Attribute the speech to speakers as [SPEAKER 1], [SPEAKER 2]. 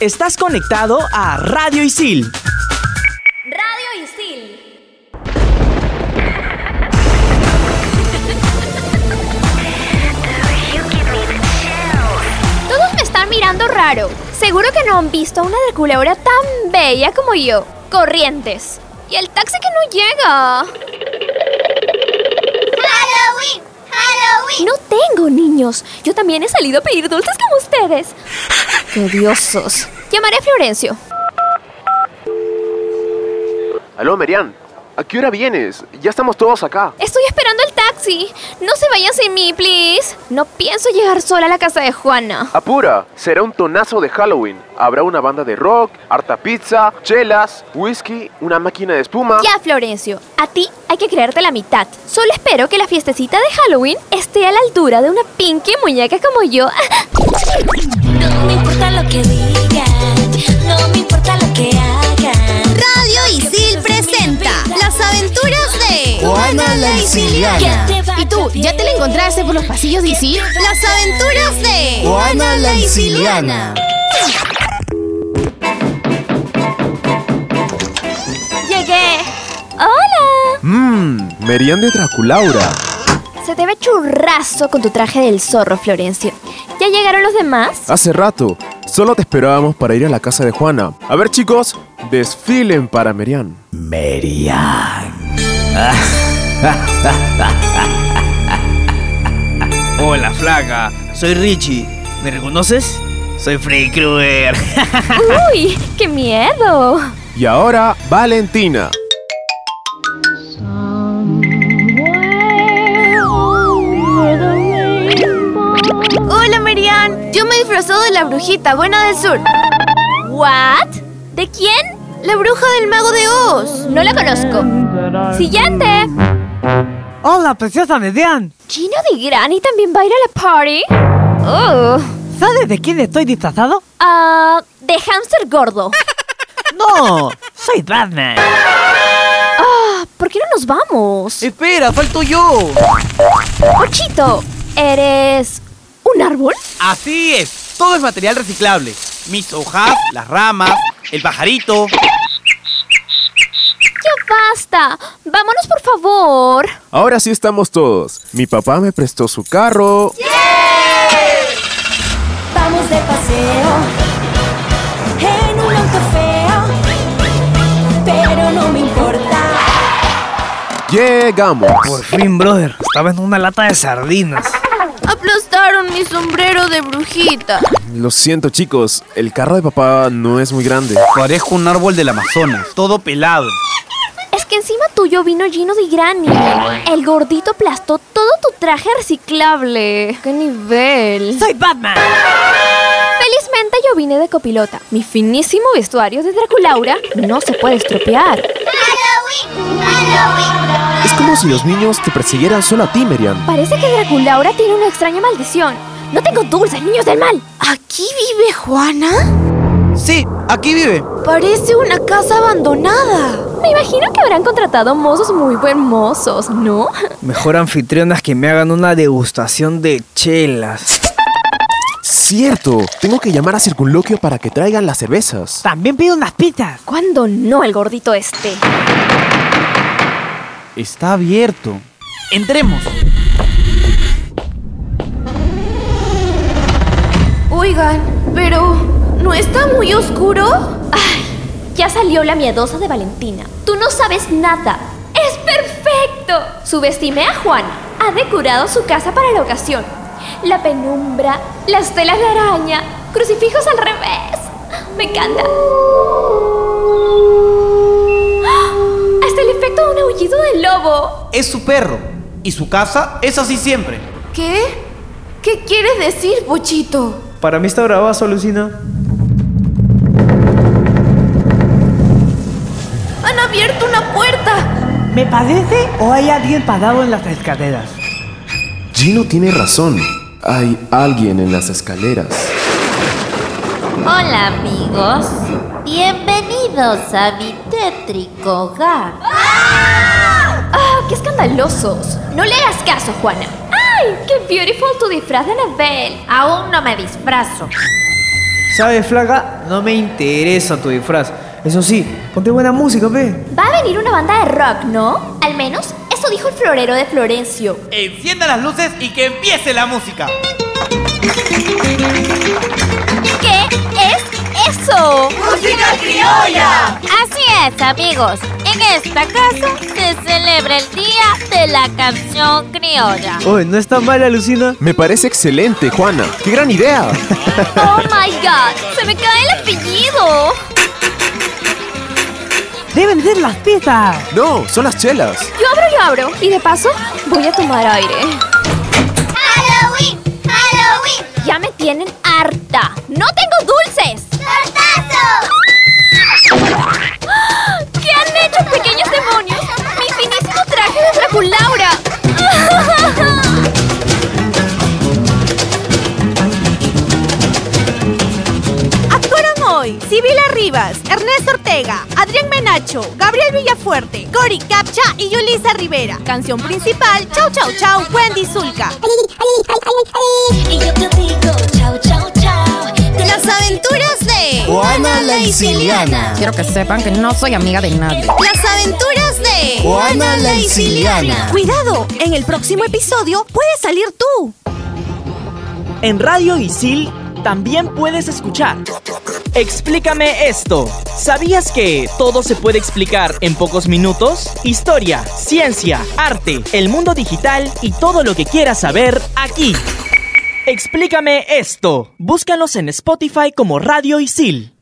[SPEAKER 1] Estás conectado a Radio Isil.
[SPEAKER 2] Radio Isil. Todos me están mirando raro. Seguro que no han visto una de culebra tan bella como yo. Corrientes. Y el taxi que no llega.
[SPEAKER 3] Halloween, Halloween.
[SPEAKER 2] No tengo niños. Yo también he salido a pedir dulces como ustedes. ¡Qué odiosos! Llamaré a Florencio.
[SPEAKER 4] Aló, Merian. ¿A qué hora vienes? Ya estamos todos acá.
[SPEAKER 2] Estoy esperando el taxi. No se vayan sin mí, please. No pienso llegar sola a la casa de Juana.
[SPEAKER 4] Apura, será un tonazo de Halloween. Habrá una banda de rock, harta pizza, chelas, whisky, una máquina de espuma.
[SPEAKER 2] Ya, Florencio, a ti hay que creerte la mitad. Solo espero que la fiestecita de Halloween esté a la altura de una pinky muñeca como yo.
[SPEAKER 5] No me importa lo que digan, no me importa lo que hagan.
[SPEAKER 3] Radio Isil presenta Las aventuras de Juana la Isiliana.
[SPEAKER 5] ¿Y tú, ya te la encontraste por los pasillos de Isil?
[SPEAKER 3] Las aventuras de Juana la Isiliana.
[SPEAKER 2] Llegué. Hola.
[SPEAKER 4] Mmm, Merian de Draculaura.
[SPEAKER 2] Se te ve churrazo con tu traje del zorro, Florencio. ¿Ya llegaron los demás?
[SPEAKER 4] Hace rato, solo te esperábamos para ir a la casa de Juana. A ver, chicos, desfilen para Merian.
[SPEAKER 6] Hola, flaca. Soy Richie. ¿Me reconoces? Soy Freddy Krueger.
[SPEAKER 2] Uy, qué miedo.
[SPEAKER 4] Y ahora, Valentina.
[SPEAKER 3] Hola, Marian. Yo me disfrazado de la brujita buena del sur.
[SPEAKER 2] ¿What? ¿De quién?
[SPEAKER 3] La bruja del mago de Oz.
[SPEAKER 2] No la conozco. Siguiente.
[SPEAKER 7] Hola, preciosa Median.
[SPEAKER 2] ¿Gino de Granny también va a ir a la party? Oh.
[SPEAKER 7] ¿Sabes de quién estoy disfrazado?
[SPEAKER 2] Ah, de hámster gordo.
[SPEAKER 7] No, soy Batman.
[SPEAKER 2] Ah, ¿por qué no nos vamos?
[SPEAKER 7] Espera, falto yo.
[SPEAKER 2] Ochito, ¿eres un árbol?
[SPEAKER 8] Así es, todo es material reciclable. Mis hojas, las ramas, el pajarito.
[SPEAKER 2] ¡Ya basta! ¡Vámonos, por favor!
[SPEAKER 4] Ahora sí estamos todos. Mi papá me prestó su carro.
[SPEAKER 5] Vamos de paseo en un auto feo, pero no me importa.
[SPEAKER 4] Llegamos.
[SPEAKER 6] Por fin, brother. Estaba en una lata de sardinas.
[SPEAKER 3] Aplastaron mi sombrero de brujita.
[SPEAKER 4] Lo siento, chicos. El carro de papá no es muy grande.
[SPEAKER 8] Parezco un árbol del Amazonas, todo pelado.
[SPEAKER 2] Es que encima tuyo vino Gino de Granny. El gordito aplastó todo tu traje reciclable. ¡Qué nivel!
[SPEAKER 7] Soy Batman.
[SPEAKER 2] Felizmente yo vine de copilota. Mi finísimo vestuario de Draculaura no se puede estropear.
[SPEAKER 3] Halloween, Halloween.
[SPEAKER 4] Es como si los niños te persiguieran solo a ti, Merian.
[SPEAKER 2] Parece que Draculaura tiene una extraña maldición. No tengo dulces, niños del mal.
[SPEAKER 3] ¿Aquí vive Juana?
[SPEAKER 8] Sí, aquí vive.
[SPEAKER 3] Parece una casa abandonada.
[SPEAKER 2] Me imagino que habrán contratado mozos muy buen mozos, ¿no?
[SPEAKER 6] Mejor anfitrionas que me hagan una degustación de chelas.
[SPEAKER 4] Cierto. Tengo que llamar a Circunloquio para que traigan las cervezas.
[SPEAKER 7] También pido unas pizzas.
[SPEAKER 2] ¿Cuándo no el gordito este?
[SPEAKER 8] Está abierto. Entremos.
[SPEAKER 3] Oigan, pero ¿no está muy oscuro?
[SPEAKER 2] Ay, ya salió la miedosa de Valentina. Tú no sabes nada. ¡Es perfecto! Subestimé a Juana. Ha decorado su casa para la ocasión. La penumbra, las telas de araña, crucifijos al revés. Me encanta. ¡Ah! Hasta el efecto de un aullido de lobo.
[SPEAKER 8] Es su perro. Y su casa es así siempre.
[SPEAKER 3] ¿Qué? ¿Qué quieres decir, Bochito?
[SPEAKER 6] Para mí está bravazo, Lucina.
[SPEAKER 3] Han abierto una puerta.
[SPEAKER 7] ¿Me parece o hay alguien parado en las escaleras?
[SPEAKER 4] Gino tiene razón. Hay alguien en las escaleras.
[SPEAKER 9] Hola amigos, bienvenidos a mi tétrico hogar.
[SPEAKER 2] ¡Ah, qué escandalosos! No le hagas caso, Juana. ¡Ay, qué beautiful tu disfraz de Anabel!
[SPEAKER 9] Aún no me disfrazo.
[SPEAKER 7] ¿Sabes, flaca? No me interesa tu disfraz. Eso sí, ponte buena música, pe.
[SPEAKER 2] Va a venir una banda de rock, ¿no? Al menos eso dijo el florero de Florencio.
[SPEAKER 8] Enciendan las luces y que empiece la música.
[SPEAKER 2] ¿Qué es eso?
[SPEAKER 5] ¡Música criolla!
[SPEAKER 9] Así es, amigos. En esta casa se celebra el Día de la Canción Criolla.
[SPEAKER 7] Oye, ¿no está mala, Lucina?
[SPEAKER 4] Me parece excelente, Juana. ¡Qué gran idea!
[SPEAKER 2] Oh my god, se me cae el apellido.
[SPEAKER 7] ¡Deben ser las pistas!
[SPEAKER 4] No, son las chelas.
[SPEAKER 2] Yo abro, yo abro. Y de paso, voy a tomar aire.
[SPEAKER 5] ¡Halloween! ¡Halloween!
[SPEAKER 2] Ya me tienen harta. ¡No tengo dulces!
[SPEAKER 5] ¡Tortazo!
[SPEAKER 2] ¿Qué han hecho, pequeños demonios? ¡Mi finísimo traje de Draculaura!
[SPEAKER 10] Actuaron hoy Sibila Rivas, Ernesto Ortega, Adrián Menacho, Gabriel Villafuerte, Gori Capcha y Yulisa Rivera. Canción principal, Chau Chau Chau, Wendy Zulka.
[SPEAKER 5] Y yo te digo, chao, chao, chao. Te
[SPEAKER 3] Las aventuras de
[SPEAKER 6] Juana la Siciliana.
[SPEAKER 3] Isiliana.
[SPEAKER 11] Quiero que sepan que no soy amiga de nadie.
[SPEAKER 3] Las aventuras de
[SPEAKER 6] Juana la Isiliana.
[SPEAKER 10] Cuidado, en el próximo episodio puedes salir tú.
[SPEAKER 1] En Radio Isil también puedes escuchar. Explícame esto. ¿Sabías que todo se puede explicar en pocos minutos? Historia, ciencia, arte, el mundo digital y todo lo que quieras saber aquí. Explícame esto. Búscanos en Spotify como Radio Isil.